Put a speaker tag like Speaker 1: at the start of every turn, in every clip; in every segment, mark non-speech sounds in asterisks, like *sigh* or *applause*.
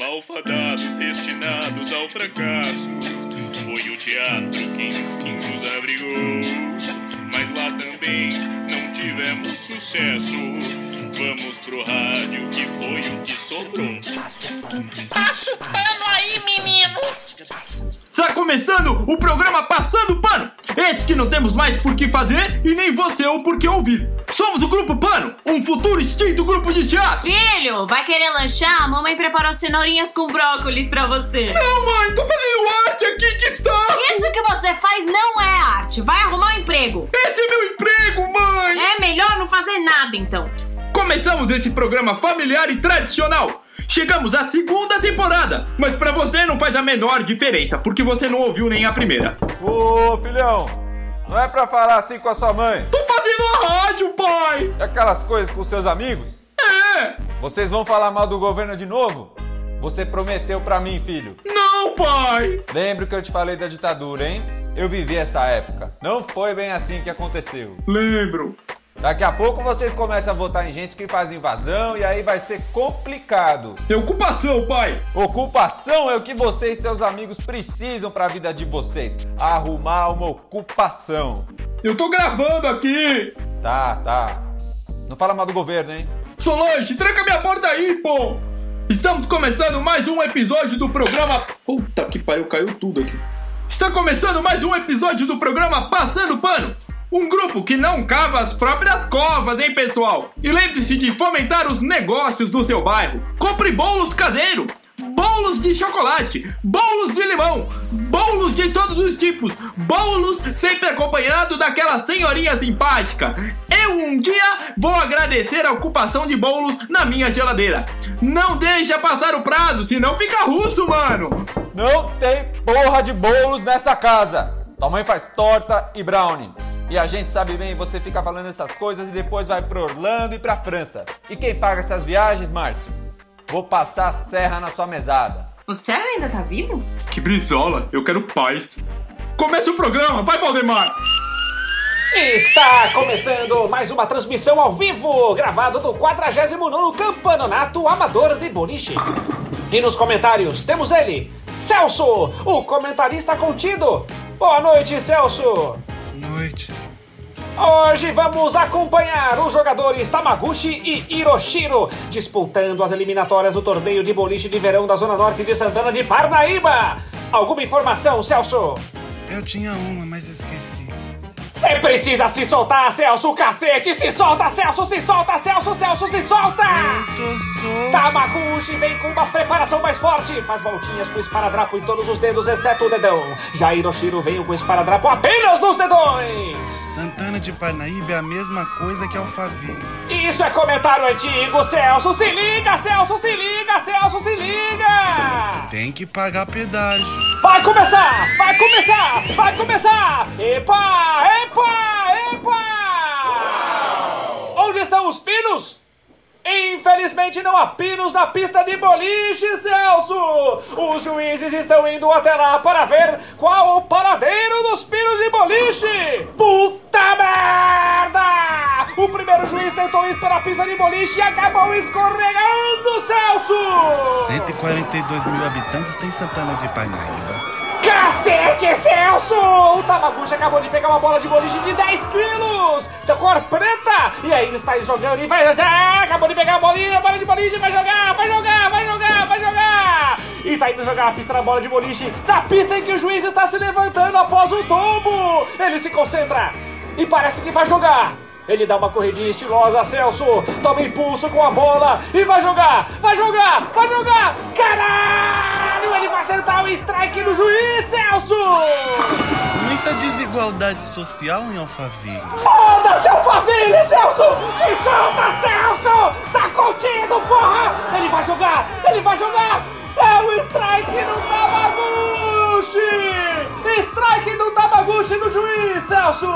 Speaker 1: Malfadados destinados ao fracasso. Foi o teatro quem enfim nos abrigou. Mas lá também não tivemos sucesso. Vamos pro rádio que foi o que sobrou.
Speaker 2: Passa o pano Tá aí, menino!
Speaker 3: Está Tá começando o programa Passando Pano! Esse que não temos mais por que fazer e nem você o por que ouvir. Somos o Grupo Pano, um futuro extinto grupo de teatro!
Speaker 4: Filho, vai querer lanchar? Mamãe preparou cenourinhas com brócolis pra você.
Speaker 3: Não, mãe, tô fazendo arte aqui que está!
Speaker 4: Isso que você faz não é arte. Vai arrumar um emprego.
Speaker 3: Esse é meu emprego, mãe!
Speaker 4: É melhor não fazer nada, então.
Speaker 3: Começamos esse programa familiar e tradicional. Chegamos à segunda temporada, mas pra você não faz a menor diferença, porque você não ouviu nem a primeira.
Speaker 5: Ô, filhão, não é pra falar assim com a sua mãe.
Speaker 3: Tô fazendo a rádio, pai!
Speaker 5: E aquelas coisas com seus amigos?
Speaker 3: É!
Speaker 5: Vocês vão falar mal do governo de novo? Você prometeu pra mim, filho.
Speaker 3: Não, pai!
Speaker 5: Lembro que eu te falei da ditadura, hein? Eu vivi essa época. Não foi bem assim que aconteceu.
Speaker 3: Lembro.
Speaker 5: Daqui a pouco vocês começam a votar em gente que faz invasão e aí vai ser complicado.
Speaker 3: É ocupação, pai!
Speaker 5: Ocupação é o que vocês e seus amigos precisam pra vida de vocês. Arrumar uma ocupação.
Speaker 3: Eu tô gravando aqui!
Speaker 5: Tá, tá. Não fala mal do governo, hein?
Speaker 3: Solange, tranca minha porta aí, pô! Estamos começando mais um episódio do programa. Puta que pariu, caiu tudo aqui. Está começando mais um episódio do programa Passando Pano. Um grupo que não cava as próprias covas, hein, pessoal? E lembre-se de fomentar os negócios do seu bairro. Compre bolos caseiros, bolos de chocolate, bolos de limão, bolos de todos os tipos, bolos sempre acompanhado daquela senhorinha simpática. Eu um dia vou agradecer a ocupação de bolos na minha geladeira. Não deixa passar o prazo, senão fica russo, mano.
Speaker 5: Não tem porra de bolos nessa casa. Tua mãe faz torta e brownie. E a gente sabe bem, você fica falando essas coisas e depois vai pro Orlando e pra França. E quem paga essas viagens, Márcio? Vou passar a serra na sua mesada.
Speaker 4: O Célio ainda tá vivo?
Speaker 3: Que brisola, eu quero paz. Começa o programa, vai Valdemar.
Speaker 6: Está começando mais uma transmissão ao vivo, gravado do 49º Campanonato Amador de Boliche. E nos comentários temos ele, Celso, o comentarista contido. Boa noite, Celso.
Speaker 7: Noite.
Speaker 6: Hoje vamos acompanhar os jogadores Tamaguchi e Hiroshiro disputando as eliminatórias do torneio de boliche de verão da Zona Norte de Santana de Parnaíba. Alguma informação, Celso?
Speaker 7: Eu tinha uma, mas esqueci.
Speaker 6: Você precisa se soltar, Celso, cacete! Se solta, Celso, se solta, Celso, Celso, se solta!
Speaker 7: Eu tô solto.
Speaker 6: Tá. Tamaguchi vem com uma preparação mais forte. Faz voltinhas com esparadrapo em todos os dedos, exceto o dedão. Já Hiroshiro veio com esparadrapo apenas nos dedões.
Speaker 7: Santana de Parnaíba é a mesma coisa que Alphaville.
Speaker 6: Isso é comentário antigo, Celso. Se liga, Celso, se liga, Celso, se liga!
Speaker 7: Tem que pagar pedágio.
Speaker 6: Vai começar, vai começar, vai começar! Epa, epa, epa! Onde estão os pinos? Infelizmente não há pinos na pista de boliche, Celso! Os juízes estão indo até lá para ver qual o paradeiro dos pinos de boliche! Puta merda! O primeiro juiz tentou ir pela pista de boliche e acabou escorregando, Celso!
Speaker 7: 142 mil habitantes tem Santana de Parnaíba.
Speaker 6: Cacete, é Celso! O Tamaguchi Tá, acabou de pegar uma bola de boliche de 10 quilos! Da cor preta! E ainda está aí jogando e vai... Ah, acabou de pegar a bolinha, a bola de boliche, vai jogar, vai jogar, vai jogar, vai jogar! E tá indo jogar a pista da bola de boliche, da pista em que o juiz está se levantando após o tombo! Ele se concentra e parece que vai jogar! Ele dá uma corridinha estilosa, Celso! Toma impulso com a bola e vai jogar! Vai jogar! Vai jogar! Caralho! Ele vai tentar o strike no juiz, Celso!
Speaker 7: Muita desigualdade social em Alphaville.
Speaker 6: Foda-se, Alphaville, Celso! Se solta, Celso! Tá contido, porra! Ele vai jogar! Ele vai jogar! É o strike do Tamaguchi! Strike do Tamaguchi no juiz, Celso!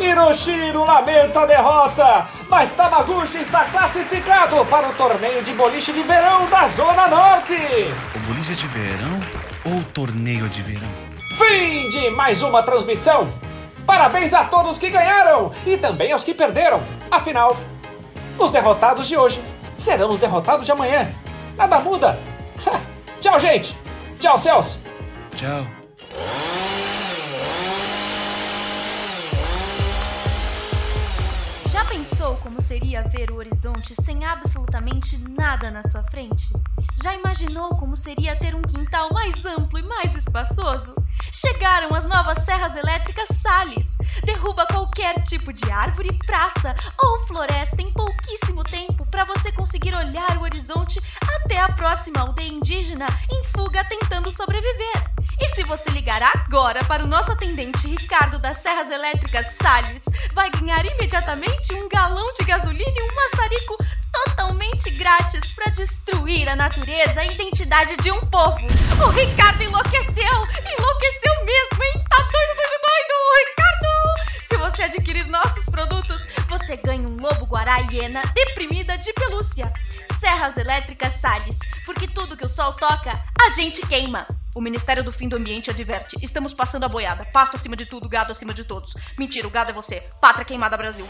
Speaker 6: Hiroshiro lamenta a derrota, mas Tamaguchi está classificado para o torneio de boliche de verão da Zona Norte!
Speaker 7: O boliche é de verão ou o torneio é de verão?
Speaker 6: Fim de mais uma transmissão! Parabéns a todos que ganharam e também aos que perderam. Afinal, os derrotados de hoje
Speaker 8: seremos derrotados de amanhã. Nada muda. Tchau, gente. Tchau, Celso.
Speaker 7: Tchau.
Speaker 9: Já pensou como seria ver o horizonte sem absolutamente nada na sua frente? Já imaginou como seria ter um quintal mais amplo e mais espaçoso? Chegaram as novas serras elétricas Salles. Derruba qualquer tipo de árvore, praça ou floresta em pouquíssimo tempo para você conseguir olhar o horizonte até a próxima aldeia indígena em fuga tentando sobreviver. E se você ligar agora para o nosso atendente Ricardo das Serras Elétricas Salles, vai ganhar imediatamente um galão de gasolina e um maçarico totalmente grátis para destruir a natureza e a identidade de um povo. O Ricardo enlouqueceu! Enlouqueceu mesmo, hein? Tá doido, doido, doido! Ricardo! Se você adquirir nossos produtos, você ganha um lobo guará e hiena deprimida de pelúcia. Serras Elétricas Salles, porque tudo que o sol toca, a gente queima. O Ministério do Fim do Ambiente adverte: estamos passando a boiada. Pasto acima de tudo, gado acima de todos. Mentira, o gado é você. Pátria queimada Brasil.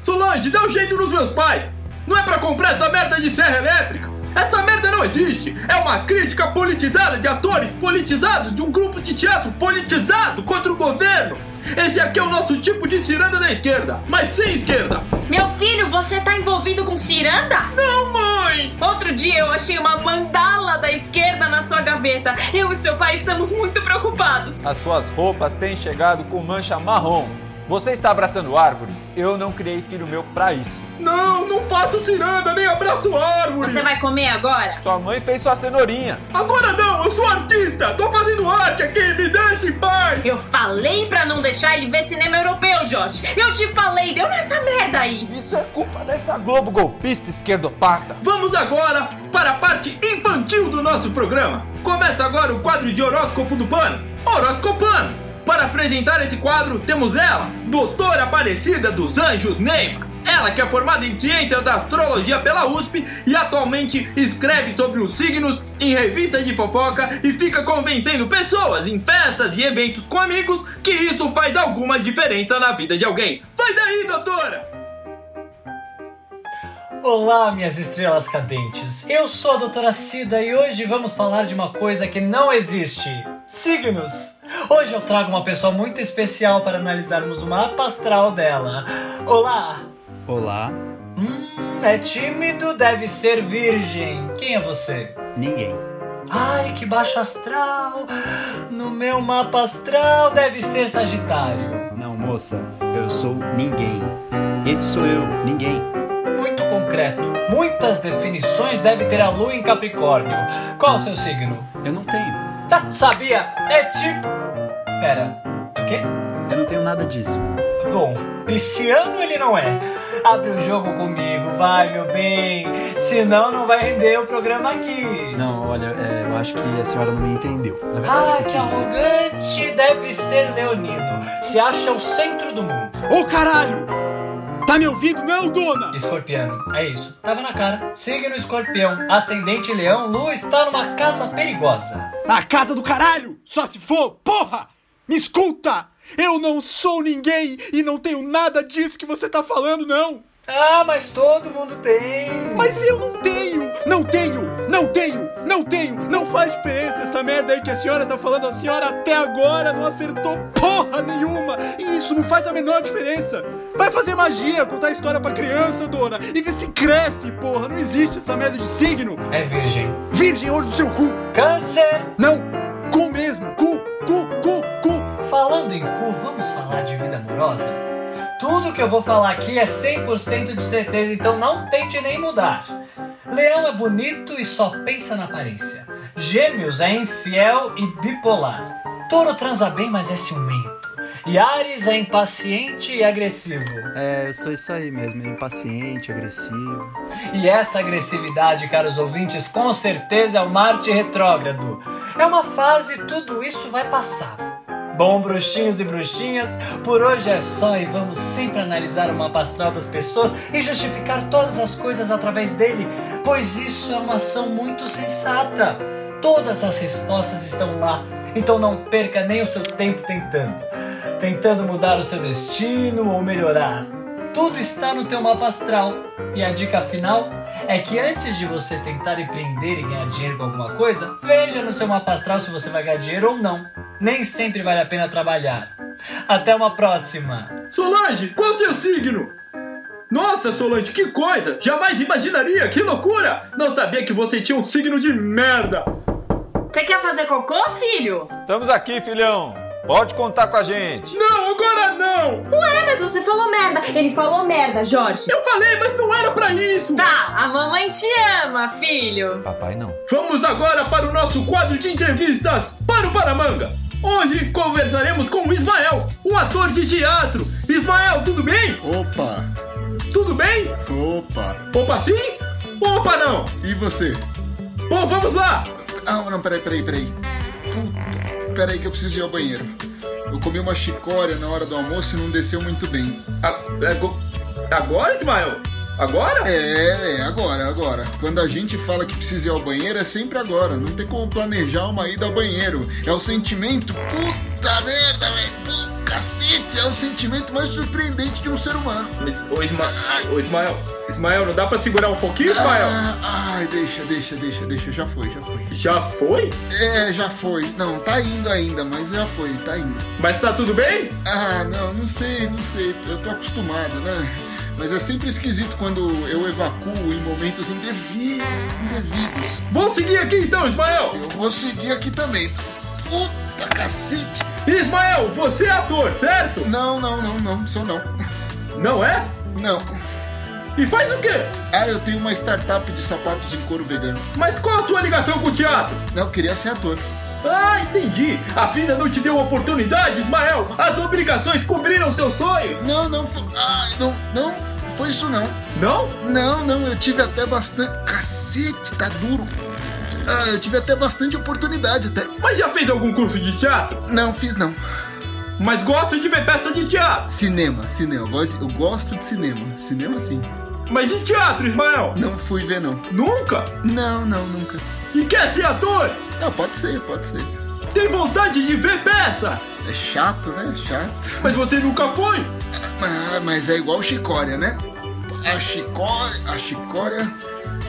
Speaker 3: Solange, dá um jeito nos meus pais! Não é pra comprar essa merda de serra elétrica! Essa merda não existe! É uma crítica politizada de atores politizados de um grupo de teatro politizado contra o governo! Esse aqui é o nosso tipo de ciranda da esquerda, mas sem esquerda!
Speaker 4: Meu filho, você tá envolvido com ciranda?
Speaker 3: Não, mãe!
Speaker 4: Outro dia eu achei uma mandala da esquerda na sua gaveta. Eu e seu pai estamos muito preocupados.
Speaker 5: As suas roupas têm chegado com mancha marrom. Você está abraçando árvore? Eu não criei filho meu pra isso.
Speaker 3: Não, não faço ciranda, nem abraço árvore!
Speaker 4: Você vai comer agora?
Speaker 5: Sua mãe fez sua cenourinha.
Speaker 3: Agora não, eu sou artista! Tô fazendo arte aqui, me deixe em paz!
Speaker 4: Eu falei pra não deixar ele ver cinema europeu, Jorge. Eu te falei, deu nessa merda aí.
Speaker 5: Isso é culpa dessa Globo golpista esquerdopata.
Speaker 3: Vamos agora para a parte infantil do nosso programa. Começa agora o quadro de horóscopo do Pano. Horóscopo Pano. Para apresentar esse quadro, temos ela, doutora Aparecida dos Anjos Neiva. Ela que é formada em Ciências da Astrologia pela USP e atualmente escreve sobre os signos em revistas de fofoca e fica convencendo pessoas em festas e eventos com amigos que isso faz alguma diferença na vida de alguém. Vai daí, doutora!
Speaker 6: Olá, minhas estrelas cadentes. Eu sou a doutora Cida e hoje vamos falar de uma coisa que não existe: signos. Hoje eu trago uma pessoa muito especial para analisarmos o mapa astral dela. Olá!
Speaker 7: Olá,
Speaker 6: Hum, é tímido, deve ser virgem. Quem é você?
Speaker 7: ninguém.
Speaker 6: Ai, que baixo astral! No meu mapa astral deve ser Sagitário.
Speaker 7: Não, moça, eu sou ninguém. Esse sou eu, ninguém.
Speaker 6: Muito concreto. Muitas definições deve ter a lua em Capricórnio. Qual o seu signo?
Speaker 7: Eu não tenho.
Speaker 6: Tá, sabia? É tipo. Pera, o quê?
Speaker 7: Eu não tenho nada disso.
Speaker 6: Bom, pisciano ele não é. Abre o jogo comigo, vai, meu bem. Senão não vai render o programa aqui.
Speaker 7: Não, olha, é, eu acho que a senhora não me entendeu. Na verdade,
Speaker 6: Ah, que
Speaker 7: o eu quis
Speaker 6: arrogante deve ser Leonino. Se acha o centro do mundo.
Speaker 7: dizer- Ô, caralho! Tá me ouvindo, não, dona?
Speaker 6: Escorpiano, é isso. Tava na cara. Signo escorpião. Ascendente leão, lua está numa casa perigosa.
Speaker 7: A casa do caralho! Só se for, porra! Me escuta! Eu não sou ninguém e não tenho nada disso que você tá falando, não!
Speaker 6: Ah, mas todo mundo tem.
Speaker 7: Mas eu não tenho! Não tenho! Não tenho! Não tenho! Não faz diferença essa merda aí que a senhora tá falando, a senhora até agora não acertou porra nenhuma! E isso não faz a menor diferença! Vai fazer magia, contar história pra criança, dona! E vê se cresce, porra! Não existe essa merda de signo!
Speaker 6: É virgem.
Speaker 7: Virgem, olho do seu cu!
Speaker 6: Câncer.
Speaker 7: Não! Cu mesmo! Cu! Cu! Cu! Cu!
Speaker 6: Falando em cu, vamos falar de vida amorosa? Tudo que eu vou falar aqui é 100% de certeza, então não tente nem mudar. Leão é bonito e só pensa na aparência. Gêmeos é infiel e bipolar. Touro transa bem, mas é ciumento. E Ares é impaciente e agressivo.
Speaker 7: É, eu sou isso aí mesmo, impaciente, agressivo.
Speaker 6: E essa agressividade, caros ouvintes, com certeza é o Marte retrógrado. É uma fase e tudo isso vai passar. Bom, bruxinhos e bruxinhas, por hoje é só e vamos sempre analisar o mapa astral das pessoas e justificar todas as coisas através dele, pois isso é uma ação muito sensata. Todas as respostas estão lá, então não perca nem o seu tempo tentando. Tentando mudar o seu destino ou melhorar.
Speaker 10: Tudo está no teu mapa astral. E a dica final é que antes de você tentar empreender e ganhar dinheiro com alguma coisa, veja no seu mapa astral se você vai ganhar dinheiro ou não. Nem sempre vale a pena trabalhar. Até uma próxima!
Speaker 3: Solange, qual o teu signo? Nossa, Solange, que coisa! Jamais imaginaria, que loucura! Não sabia que você tinha um signo de merda!
Speaker 4: Você quer fazer cocô, filho?
Speaker 5: Estamos aqui, filhão. Pode contar com a gente.
Speaker 3: Não, agora não!
Speaker 4: Ué, mas você falou merda. Ele falou merda, Jorge.
Speaker 3: Eu falei, mas não era pra isso!
Speaker 4: Tá, a mamãe te ama, filho.
Speaker 5: Papai não.
Speaker 3: Vamos agora para o nosso quadro de entrevistas para o Paramanga. Hoje conversaremos com o Ismael, um ator de teatro. Ismael, tudo bem?
Speaker 9: Opa,
Speaker 3: Tudo bem?
Speaker 9: opa.
Speaker 3: Opa sim? Opa não!
Speaker 9: E você?
Speaker 3: Bom, vamos lá!
Speaker 9: Ah, não, peraí, peraí, peraí. Puta, peraí que eu preciso ir ao banheiro. Eu comi uma chicória na hora do almoço e não desceu muito bem.
Speaker 3: A- ago- Agora, Ismael? Agora?
Speaker 9: É, é, agora, agora. Quando a gente fala que precisa ir ao banheiro, é sempre agora. Não tem como planejar uma ida ao banheiro. É o sentimento. Puta merda, velho. Puta Cacete, é o sentimento mais surpreendente de um ser humano.
Speaker 3: Mas, Ô, Isma... Ô, Ismael, Ismael, não dá pra segurar um pouquinho, Ismael?
Speaker 9: Ah, ai, deixa, deixa, deixa, deixa. Já foi, já foi.
Speaker 3: Já foi?
Speaker 9: É, já foi. Não, tá indo ainda, mas já foi, tá indo.
Speaker 3: Mas tá tudo bem?
Speaker 9: Ah, não, não sei, não sei. Eu tô acostumado, né? Mas é sempre esquisito quando eu evacuo em momentos indevi- indevidos.
Speaker 3: Vou seguir aqui então, Ismael!
Speaker 9: Eu vou seguir aqui também. Puta cacete!
Speaker 3: Ismael, você é ator, certo?
Speaker 9: Não, não, não, não, sou não.
Speaker 3: Não é?
Speaker 9: Não.
Speaker 3: E faz o quê?
Speaker 9: Ah, eu tenho uma startup de sapatos em couro vegano.
Speaker 3: Mas qual a sua ligação com o teatro?
Speaker 9: Não, eu queria ser ator.
Speaker 3: Ah, entendi! A vida não te deu oportunidade, Ismael! As obrigações cobriram seus sonhos!
Speaker 9: Não, não, foi... Ai, não, não, foi isso não.
Speaker 3: Não?
Speaker 9: Não, não, eu tive até bastante. Cacete, tá duro. Ah, eu tive até bastante oportunidade até.
Speaker 3: Mas já fez algum curso de teatro?
Speaker 9: Não, fiz não.
Speaker 3: Mas gosta de ver peça de teatro!
Speaker 9: Cinema, cinema. Eu gosto, eu gosto de cinema. Cinema sim.
Speaker 3: Mas de teatro, Ismael?
Speaker 9: Não fui ver, não.
Speaker 3: Nunca?
Speaker 9: Não, não, nunca.
Speaker 3: E quer ser ator?
Speaker 9: Ah, pode ser, pode ser.
Speaker 3: Tem vontade de ver peça?
Speaker 9: É chato, né? Chato.
Speaker 3: Mas você nunca foi?
Speaker 9: Ah, mas é igual chicória, né? A chicória. A chicória.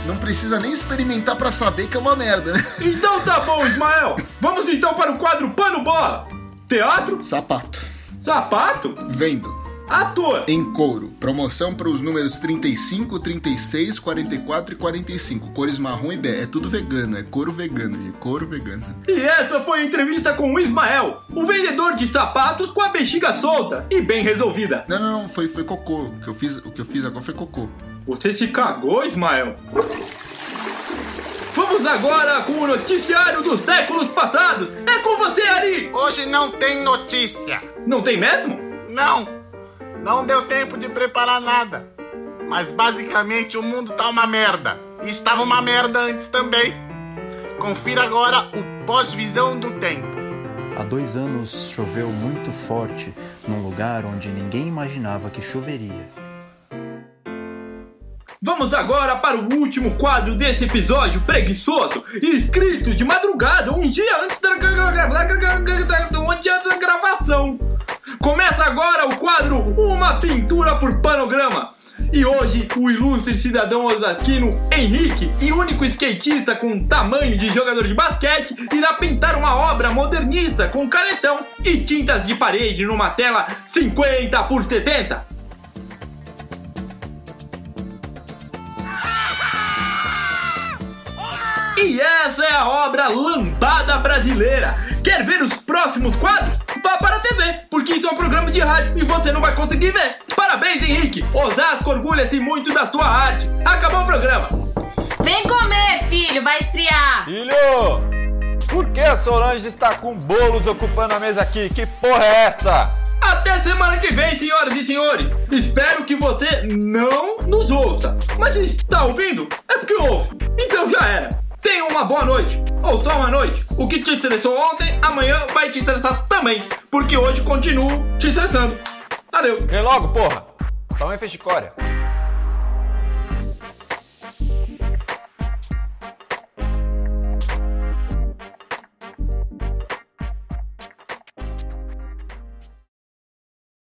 Speaker 9: Não precisa nem experimentar pra saber que é uma merda, né? *laughs*
Speaker 3: Então tá bom, Ismael! Vamos então para o quadro Pano Bola! Teatro,
Speaker 9: Sapato.
Speaker 3: sapato,
Speaker 9: Vendo.
Speaker 3: ator!
Speaker 9: Em couro. Promoção para os números 35, 36, 44 e 45. Cores marrom e bege. É tudo vegano. É couro vegano. gente. Couro vegano.
Speaker 3: E essa foi a entrevista com o Ismael, o vendedor de sapatos com a bexiga solta e bem resolvida.
Speaker 9: Não, não, não. Foi, foi cocô. O que, eu fiz, o que eu fiz agora foi cocô.
Speaker 3: Você se cagou, Ismael? Vamos agora com o noticiário dos séculos passados. É com você, Ari!
Speaker 11: Hoje não tem notícia.
Speaker 3: Não tem mesmo?
Speaker 11: Não! Não deu tempo de preparar nada. Mas basicamente o mundo tá uma merda. E estava uma merda antes também. Confira agora o pós-visão do tempo.
Speaker 12: Há dois anos choveu muito forte num lugar onde ninguém imaginava que choveria.
Speaker 3: Vamos agora para o último quadro desse episódio preguiçoso, escrito de madrugada, um dia antes da, gra- gra- gra- gra- gra- gra- um dia antes da gravação. Começa agora o quadro Uma Pintura por Panograma. E hoje, o ilustre cidadão osasquino Henrique, e único skatista com tamanho de jogador de basquete, irá pintar uma obra modernista com canetão e tintas de parede numa tela 50 por 70. E essa é a obra Lambada Brasileira. Quer ver os próximos quadros? Vá para a TV, porque isso é um programa de rádio e você não vai conseguir ver. Parabéns, Henrique! Osasco orgulha-se muito da sua arte. Acabou o programa.
Speaker 4: Vem comer, filho, vai esfriar.
Speaker 5: Filho! Por que a Solange está com bolos ocupando a mesa aqui? Que porra é essa?
Speaker 3: Até semana que vem, senhoras e senhores. Espero que você não nos ouça. Mas se está ouvindo, é porque ouve. Então já era. Tenha uma boa noite. Ou só uma noite. O que te estressou ontem, amanhã vai te estressar também. Porque hoje continuo te estressando. Adeus.
Speaker 5: Vem logo, porra! Tua mãe fez chicória.